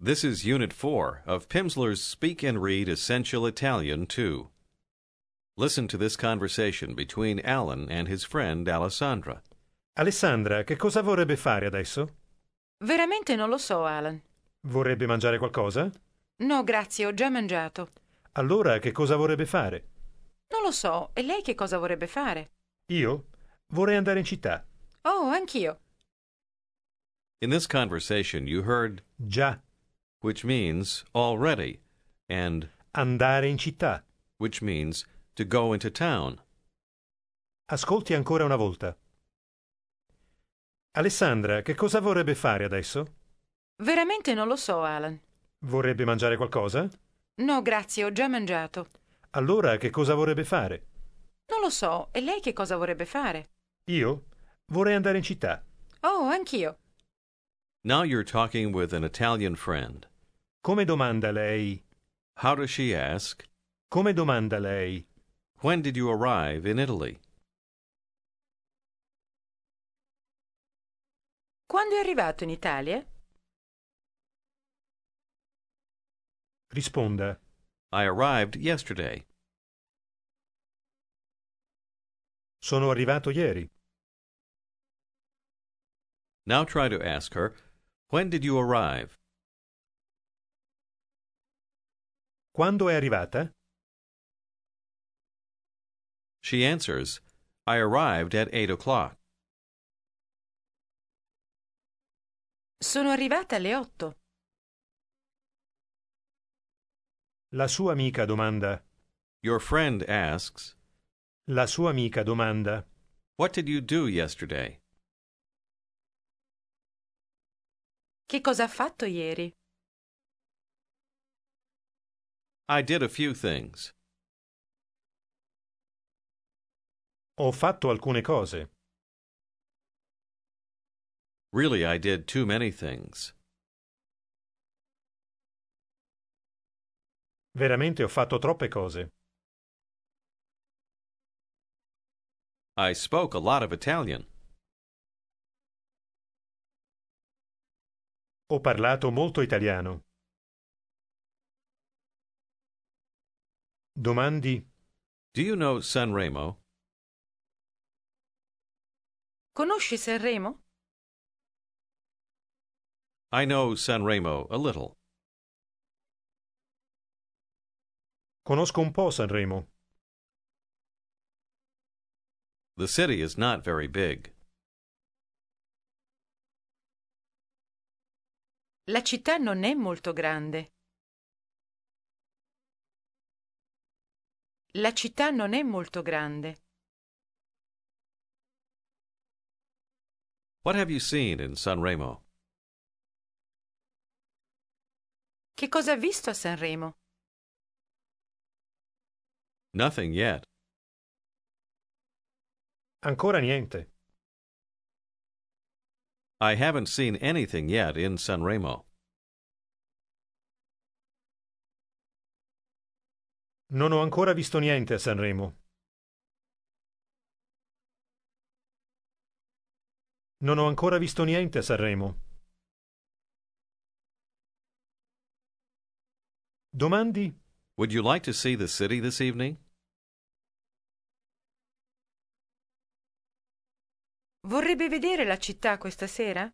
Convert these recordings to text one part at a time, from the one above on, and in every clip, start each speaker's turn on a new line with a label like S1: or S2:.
S1: This is Unit 4 of Pimsleur's Speak and Read Essential Italian 2. Listen to this conversation between Alan and his friend Alessandra.
S2: Alessandra, che cosa vorrebbe fare adesso?
S3: Veramente non lo so, Alan.
S2: Vorrebbe mangiare qualcosa?
S3: No, grazie, ho già mangiato.
S2: Allora, che cosa vorrebbe fare?
S3: Non lo so, e lei che cosa vorrebbe fare?
S2: Io vorrei andare in città.
S3: Oh, anch'io.
S1: In this conversation, you heard,
S2: Già,
S1: which means already, and
S2: andare in città.
S1: which means to go into town.
S2: Ascolti ancora una volta. Alessandra, che cosa vorrebbe fare adesso?
S3: Veramente non lo so, Alan.
S2: Vorrebbe mangiare qualcosa?
S3: No, grazie, ho già mangiato.
S2: Allora, che cosa vorrebbe fare?
S3: Non lo so, e lei che cosa vorrebbe fare?
S2: Io vorrei andare in città.
S3: Oh, anch'io.
S1: Now you're talking with an Italian friend.
S2: Come domanda lei?
S1: How does she ask,
S2: Come domanda lei?
S1: When did you arrive in Italy?
S3: Quando è arrivato in Italia?
S2: Risponda.
S1: I arrived yesterday.
S2: Sono arrivato ieri.
S1: Now try to ask her, When did you arrive?
S2: Quando è arrivata?
S1: She answers, I arrived at 8 o'clock.
S3: Sono arrivata alle otto.
S2: La sua amica domanda.
S1: Your friend asks,
S2: La sua amica domanda.
S1: What did you do yesterday?
S3: Che cosa ha fatto ieri?
S1: I did a few things.
S2: Ho fatto alcune cose.
S1: Really, I did too many things.
S2: Veramente ho fatto troppe cose.
S1: I spoke a lot of Italian.
S2: Ho parlato molto italiano. Domandi,
S1: Do you know Sanremo?
S3: Conosci Sanremo?
S1: I know Sanremo a little.
S2: conosco un po' Sanremo.
S1: The city is not very big.
S3: La città non è molto grande. La città non è molto grande.
S1: What have you seen in Sanremo?
S3: Che cosa ha visto a Sanremo?
S1: Nothing yet.
S2: Ancora niente.
S1: I haven't seen anything yet in Sanremo.
S2: Non ho ancora visto niente a Sanremo. Non ho ancora visto niente a Sanremo. Domandi,
S1: Would you like to see the city this evening?
S3: Vorrebbe vedere la città questa sera?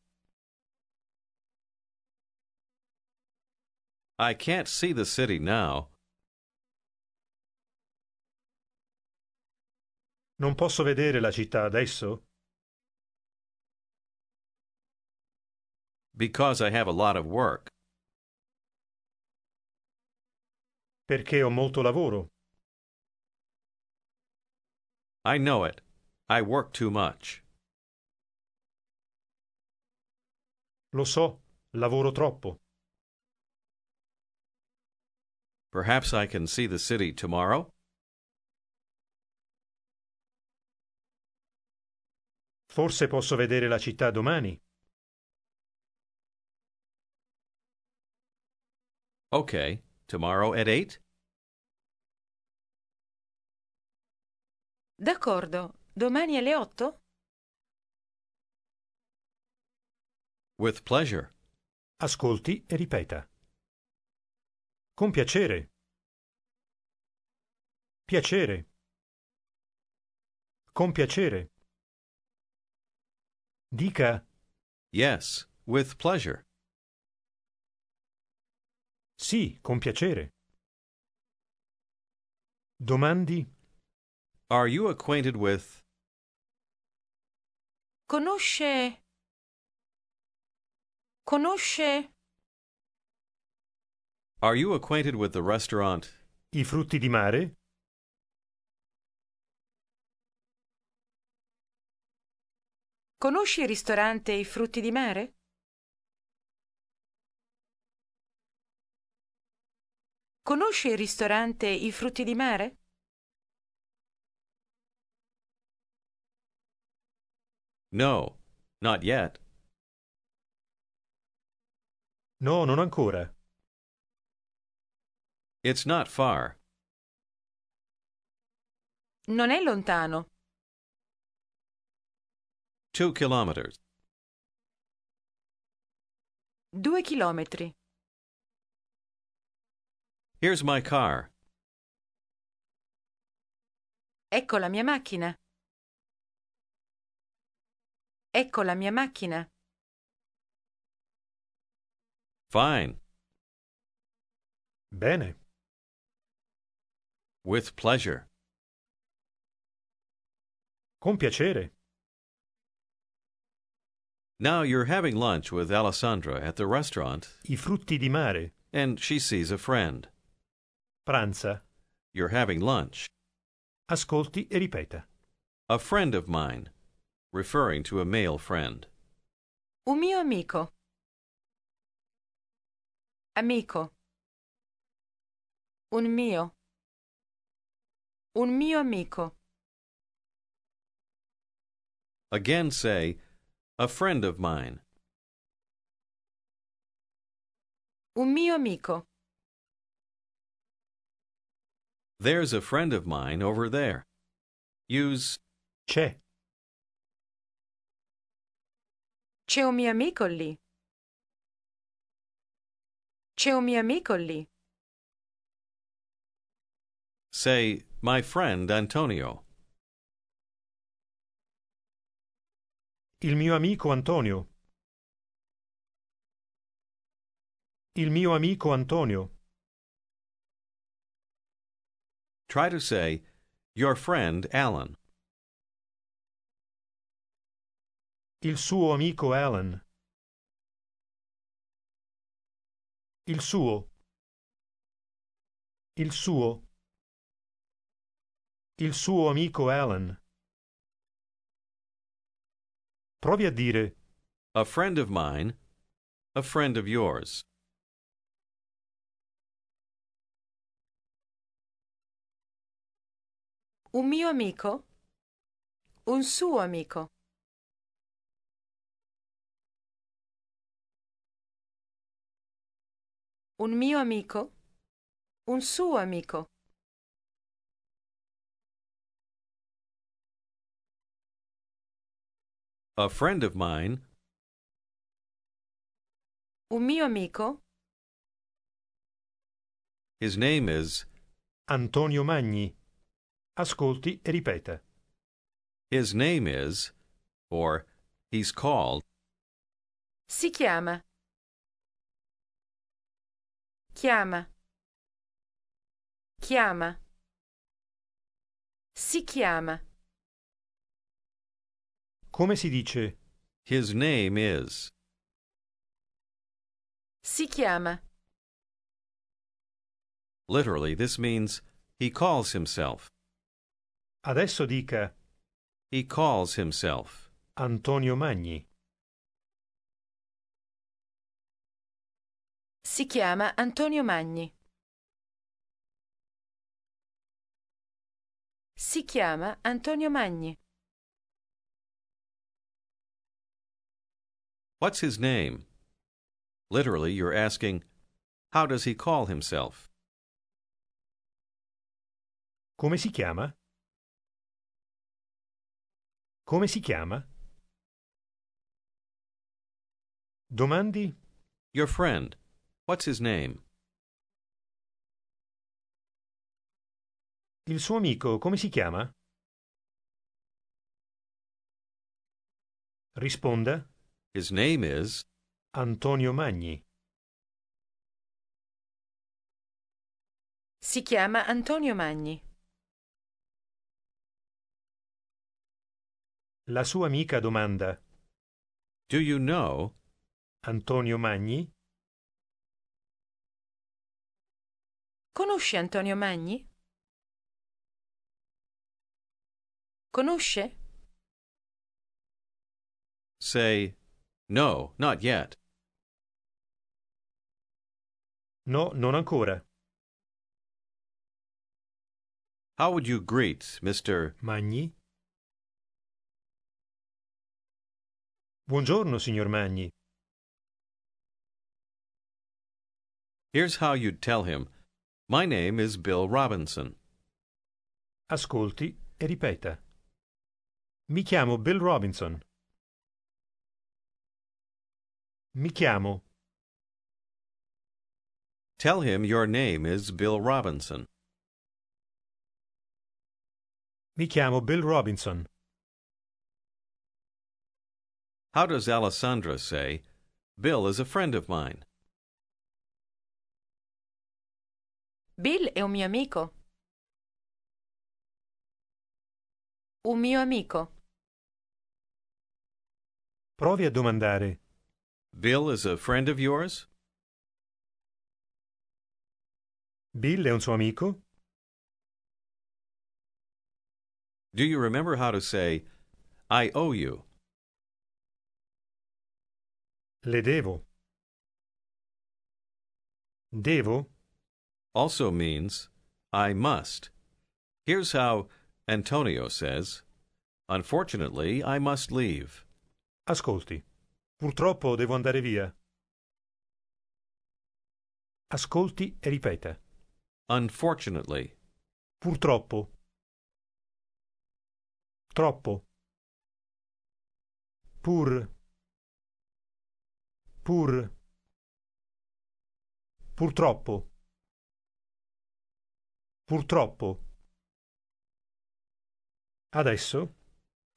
S1: I can't see the city now.
S2: non posso vedere la città adesso?
S1: because I have a lot of work.
S2: Perché ho molto lavoro.
S1: I know it. I work too much.
S2: Lo so, lavoro troppo.
S1: Perhaps I can see the city tomorrow?
S2: Forse posso vedere la città domani.
S1: Okay, tomorrow at 8?
S3: D'accordo. Domani alle 8?
S1: With pleasure.
S2: Ascolti e ripeta. Con piacere. Piacere. Con piacere. Dica
S1: Yes, with pleasure.
S2: sì, con piacere. Domandi
S1: Are you acquainted with?
S3: Conosce. Conosce
S1: Are you acquainted with the restaurant?
S2: i frutti di mare?
S3: Conosci il ristorante I frutti di mare? Conosci il ristorante I frutti di mare?
S1: No, not yet.
S2: No, non ancora.
S1: It's not far.
S3: Non è lontano.
S1: Two kilometers.
S3: Due chilometri.
S1: Here's my car.
S3: Ecco la mia macchina. Ecco la mia macchina.
S1: Fine.
S2: Bene.
S1: With pleasure.
S2: Con piacere.
S1: Now you're having lunch with Alessandra at the restaurant,
S2: I frutti di mare.
S1: and she sees a friend.
S2: Pranza.
S1: You're having lunch.
S2: Ascolti e ripeta.
S1: A friend of mine. Referring to a male friend.
S3: Un mio amico. Amico. Un mio. Un mio amico.
S1: Again say, a friend of mine.
S3: Un mio amico.
S1: There's a friend of mine over there. Use
S2: C'è.
S3: C'è un mio amico lì. C'è un mio amico lì.
S1: Say, my friend Antonio.
S2: Il mio amico Antonio. Il mio amico Antonio.
S1: Try to say, your friend Alan.
S2: Il suo amico Alan. Il suo. Il suo. Il suo amico Alan. Provi a dire
S1: A friend of mine. A friend of yours.
S3: Un mio amico. Un suo amico. Un mio amico. Un suo amico.
S1: A friend of mine.
S3: Un mio amico.
S1: His name is.
S2: Antonio Magni. Ascolti e ripeta.
S1: His name is. Or, he's called.
S3: Si chiama. Chiama. Chiama. Si chiama.
S2: Come si dice
S1: His name is.
S3: Si chiama.
S1: Literally, this means he calls himself.
S2: Adesso dica
S1: He calls himself.
S2: Antonio Magni.
S3: Si chiama Antonio Magni. Si chiama Antonio Magni.
S1: What's his name? Literally, you're asking, how does he call himself?
S2: Come si chiama? Come si chiama? Domandi
S1: Your friend. What's his name?
S2: Il suo amico come si chiama? Risponda
S1: His name is.
S2: Antonio Magni.
S3: Si chiama Antonio Magni.
S2: La sua amica domanda
S1: Do you know?
S2: Antonio Magni?
S3: Conosci Antonio Magni? Conosce?
S1: Say, No, not yet.
S2: No, non ancora.
S1: How would you greet Mr.
S2: Magni? Buongiorno, signor Magni.
S1: Here's how you'd tell him My name is Bill Robinson.
S2: Ascolti e ripeta. Mi chiamo Bill Robinson. Mi chiamo.
S1: Tell him your name is Bill Robinson.
S2: Mi chiamo Bill Robinson.
S1: How does Alessandra say, Bill is a friend of mine?
S3: Bill è un mio amico. Un mio amico.
S2: Provi a domandare.
S1: Bill is a friend of yours?
S2: Bill è un suo amico?
S1: Do you remember how to say, I owe you?
S2: Le devo. Devo?
S1: Also means, I must. Here's how Antonio says, Unfortunately, I must leave.
S2: Ascolti. Purtroppo devo andare via. Ascolti e ripeta.
S1: Unfortunately.
S2: Purtroppo. Troppo. Pur. Pur. Purtroppo. Purtroppo. Adesso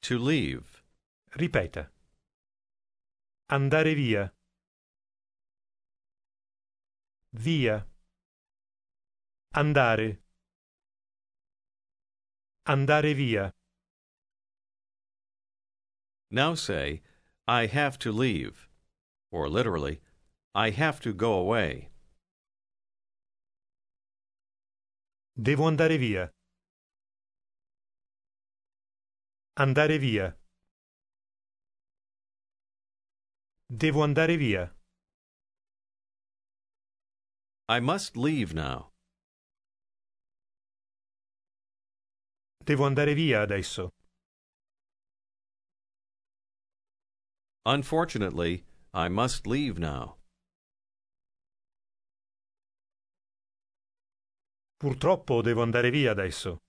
S1: To leave.
S2: ripeta. Andare via. Via. Andare. Andare via.
S1: Now say, I have to leave. Or literally, I have to go away.
S2: Devo andare via. Andare via. Devo andare via.
S1: I must leave now.
S2: Devo andare via adesso.
S1: Unfortunately, I must leave now.
S2: Purtroppo devo andare via adesso.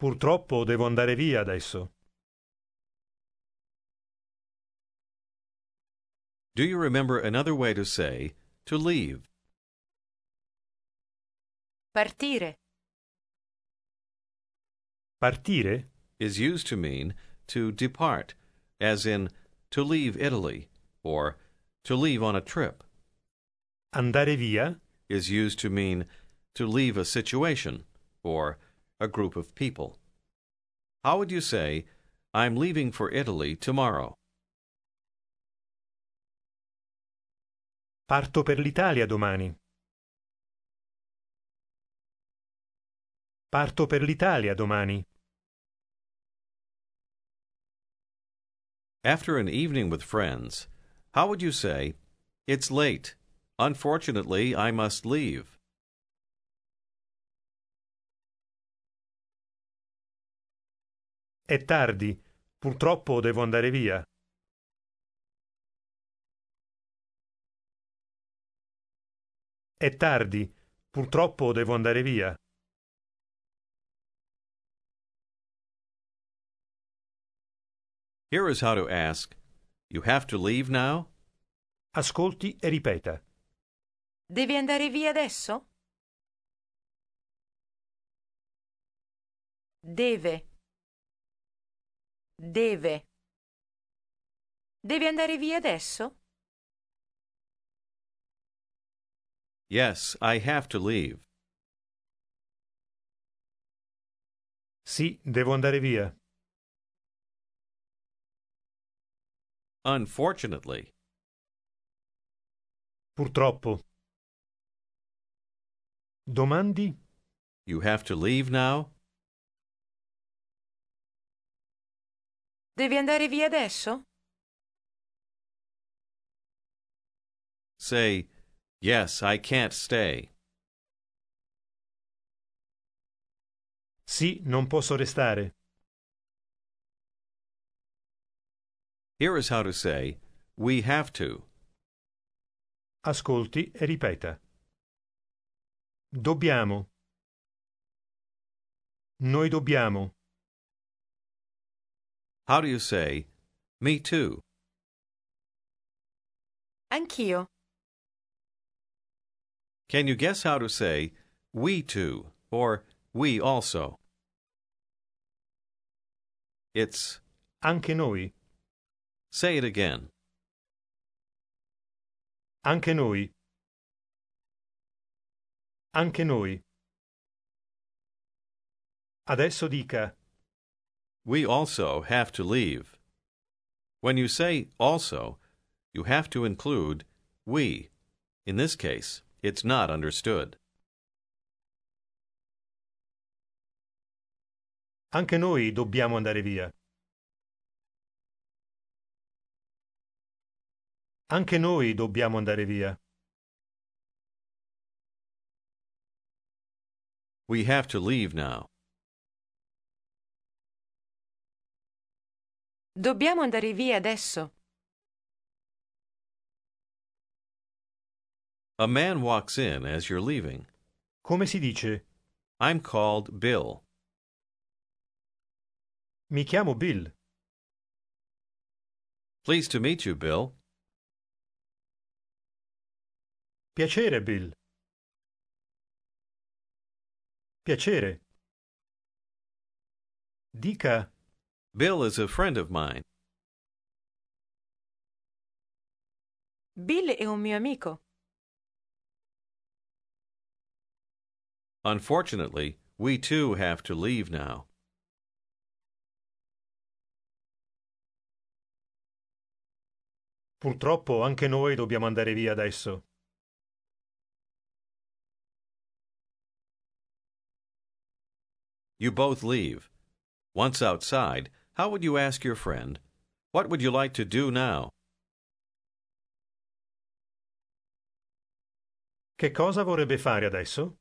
S2: Purtroppo devo andare via adesso.
S1: Do you remember another way to say to leave?
S3: Partire.
S2: Partire?
S1: is used to mean to depart, as in to leave Italy, or to leave on a trip,
S2: Andare via?
S1: is used to mean to leave a situation or a group of people. How would you say, I'm leaving for Italy tomorrow?
S2: Parto per l'Italia domani. Parto per l'Italia domani.
S1: After an evening with friends, how would you say, It's late. Unfortunately, I must leave.
S2: È tardi. Purtroppo devo andare via. È tardi. Purtroppo devo andare via.
S1: Here is how to ask, You have to leave now?
S2: Ascolti e ripeta.
S3: Devi andare via adesso? Deve. Deve. Devi andare via adesso?
S1: Yes, I have to leave.
S2: Sì, devo andare via.
S1: Unfortunately,
S2: Purtroppo. Domandi?
S1: you have to leave now?
S3: Devi andare via adesso?
S1: Say, Yes, I can't stay.
S2: Sì, non posso restare.
S1: Here is how to say, We have to.
S2: Ascolti e ripeta. Dobbiamo. Noi dobbiamo.
S1: How do you say, Me too?
S3: Anch'io.
S1: Can you guess how to say, We too, or We also? It's,
S2: Anche noi.
S1: say it again.
S2: Anche noi. Anche noi. Adesso dica
S1: We also have to leave. When you say also, you have to include we. In this case, it's not understood.
S2: Anche noi dobbiamo andare via. Anche noi dobbiamo andare via.
S1: We have to leave now.
S3: Dobbiamo andare via adesso.
S1: A man walks in as you're leaving.
S2: Come si dice?
S1: I'm called Bill.
S2: Mi chiamo Bill.
S1: Pleased to meet you, Bill.
S2: Piacere, Bill. Piacere. Dica,
S1: Bill is a friend of mine.
S3: Bill è un mio amico.
S1: Unfortunately, we too have to leave now.
S2: purtroppo anche noi dobbiamo andare via adesso.
S1: You both leave. Once outside, how would you ask your friend, What would you like to do now?
S2: Che cosa vorrebbe fare adesso?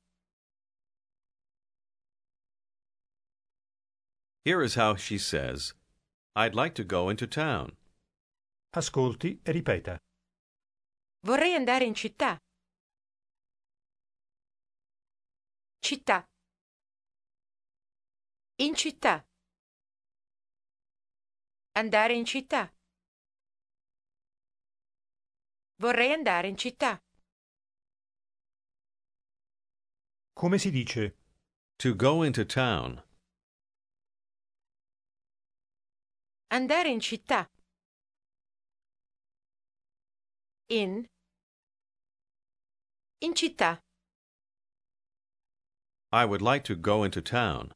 S1: Here is how she says, I'd like to go into town.
S2: Ascolti e ripeta.
S3: Vorrei andare in città. Città. In città. Andare in città. Vorrei andare in città.
S2: Come si dice?
S1: To go into town.
S3: Andare in città. In. In città.
S1: I would like to go into town.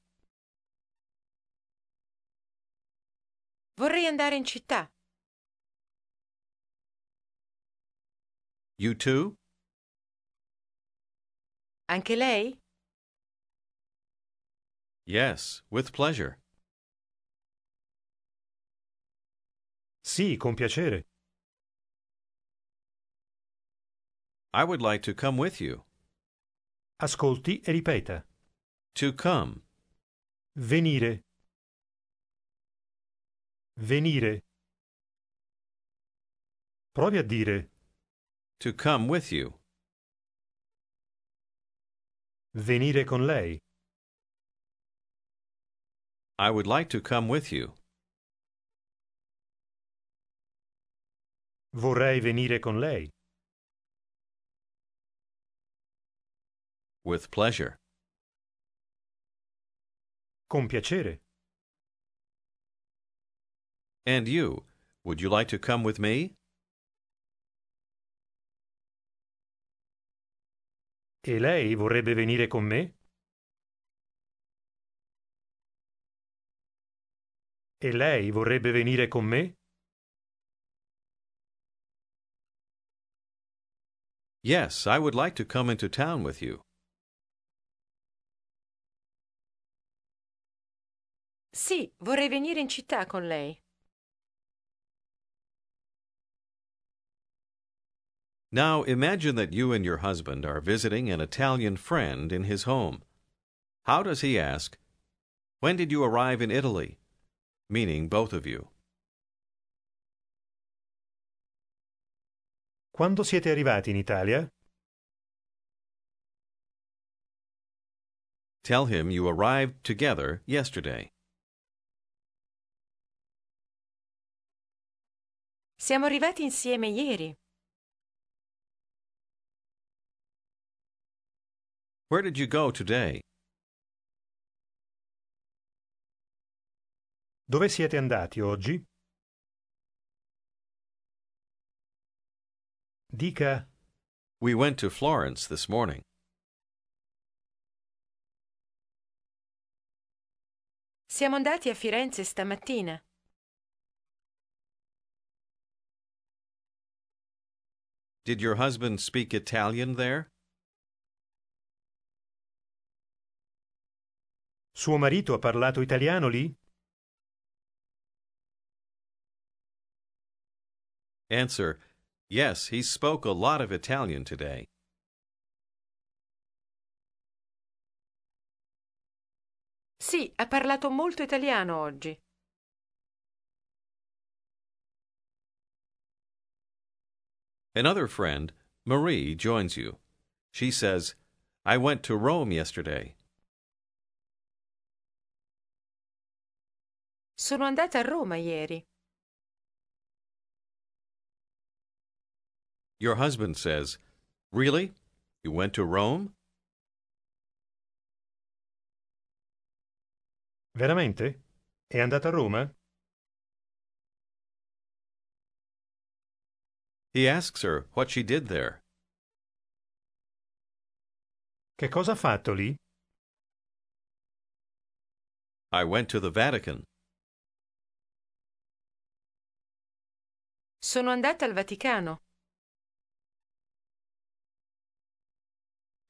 S3: Vorrei andare in città.
S1: You too?
S3: Anche lei?
S1: Yes, with pleasure.
S2: Sì, con piacere.
S1: I would like to come with you.
S2: Ascolti e ripeta.
S1: To come.
S2: Venire. Venire. Provi a dire
S1: To come with you.
S2: venire con lei.
S1: I would like to come with you.
S2: Vorrei venire con lei.
S1: With pleasure.
S2: Con piacere.
S1: And you, would you like to come with me?
S2: E lei vorrebbe venire con me? E lei vorrebbe venire con me?
S1: Yes, I would like to come into town with you.
S3: Sì, vorrei venire in città con lei.
S1: Now imagine that you and your husband are visiting an Italian friend in his home. How does he ask, When did you arrive in Italy? Meaning both of you.
S2: Quando siete arrivati in Italia?
S1: Tell him you arrived together yesterday.
S3: Siamo arrivati insieme ieri.
S1: Where did you go today?
S2: Dove siete andati oggi? Dica,
S1: We went to Florence this morning.
S3: Siamo andati a Firenze stamattina.
S1: Did your husband speak Italian there?
S2: suo marito ha parlato italiano lì?
S1: Answer Yes, he spoke a lot of Italian today.
S3: Sì, ha parlato molto italiano oggi.
S1: Another friend, Marie, joins you. She says, I went to Rome yesterday.
S3: Sono andata a Roma ieri.
S1: Your husband says, Really? You went to Rome?
S2: Veramente? È andata a Roma?
S1: He asks her what she did there.
S2: Che cosa ha fatto lì?
S1: I went to the Vatican.
S3: Sono andata al Vaticano.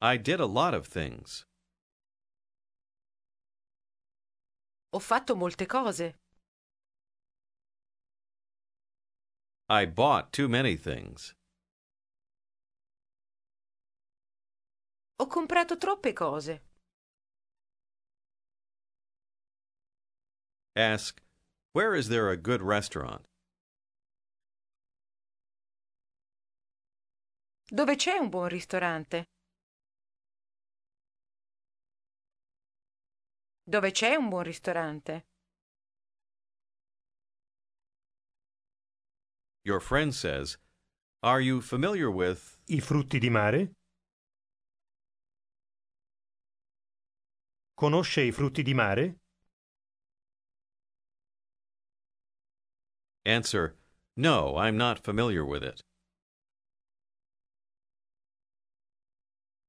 S1: I did a lot of things.
S3: Ho fatto molte cose.
S1: I bought too many things.
S3: Ho comprato troppe cose.
S1: Ask, Where is there a good restaurant?
S3: Dove c'è un buon ristorante? Dove c'è un buon ristorante?
S1: Your friend says, Are you familiar with?
S2: I frutti di mare? Conosce i frutti di mare?
S1: Answer, No, I'm not familiar with it.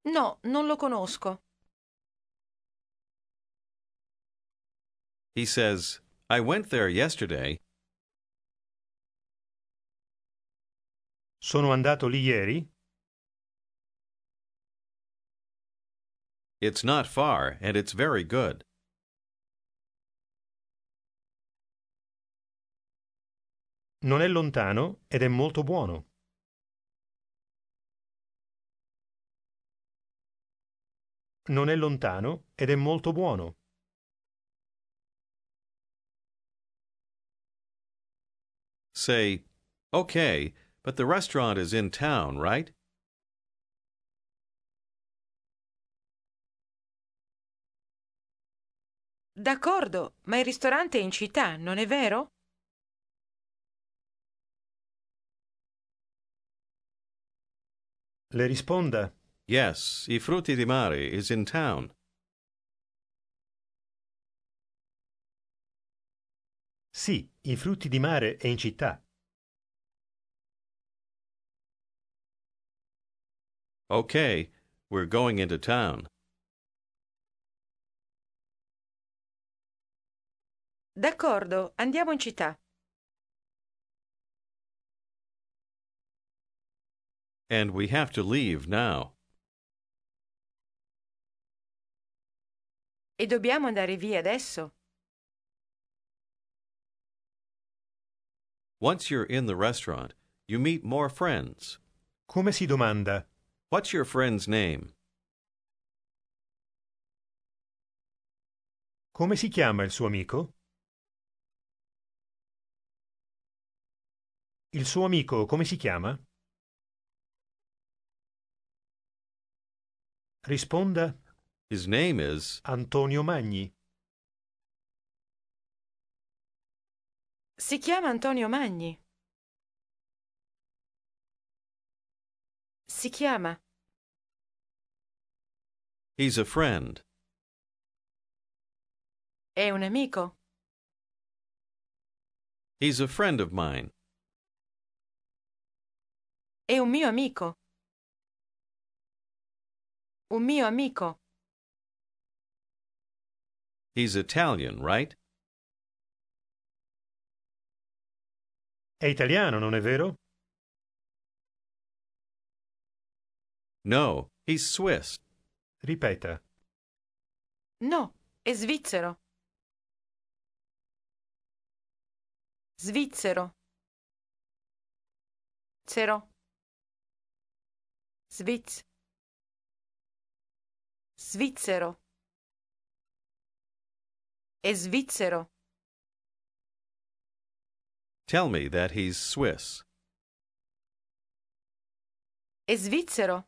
S3: No, non lo conosco.
S1: He says, I went there yesterday.
S2: Sono andato lì ieri?
S1: It's not far and it's very good.
S2: Non è lontano ed è molto buono. Non è lontano ed è molto buono.
S1: Say, Okay, but the restaurant is in town, right?
S3: D'accordo, ma il ristorante è in città, non è vero?
S2: Le risponda.
S1: Yes, I frutti di mare is in town.
S2: Sì, i frutti di mare è in città.
S1: Okay, we're going into town.
S3: D'accordo, andiamo in città.
S1: And we have to leave now.
S3: E dobbiamo andare via adesso.
S1: Once you're in the restaurant, you meet more friends.
S2: Come si domanda?
S1: What's your friend's name?
S2: Come si chiama il suo amico? Il suo amico come si chiama? Risponda
S1: His name is.
S2: Antonio Magni.
S3: Si chiama Antonio Magni. Si chiama.
S1: He's a friend.
S3: È un amico.
S1: He's a friend of mine.
S3: È un mio amico. Un mio amico.
S1: He's Italian, right?
S2: È italiano, non è vero?
S1: No, he's Swiss.
S2: Ripeta.
S3: No, è svizzero. Svizzero. Zero. Svitz. Svizzero. È svizzero.
S1: Tell me that he's Swiss.
S3: È svizzero.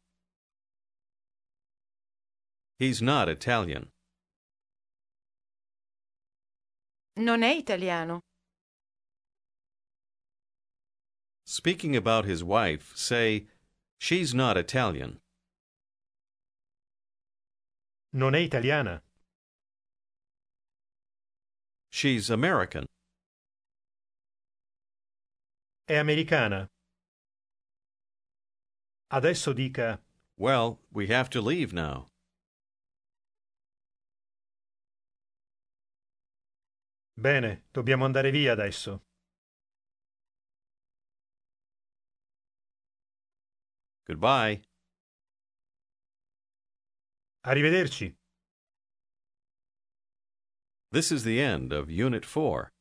S1: He's not Italian.
S3: Non è italiano.
S1: Speaking about his wife, say, She's not Italian.
S2: Non è italiana.
S1: She's American.
S2: È americana. Adesso dica
S1: Well, we have to leave now.
S2: Bene, dobbiamo andare via adesso.
S1: Goodbye.
S2: Arrivederci.
S1: This is the end of Unit 4.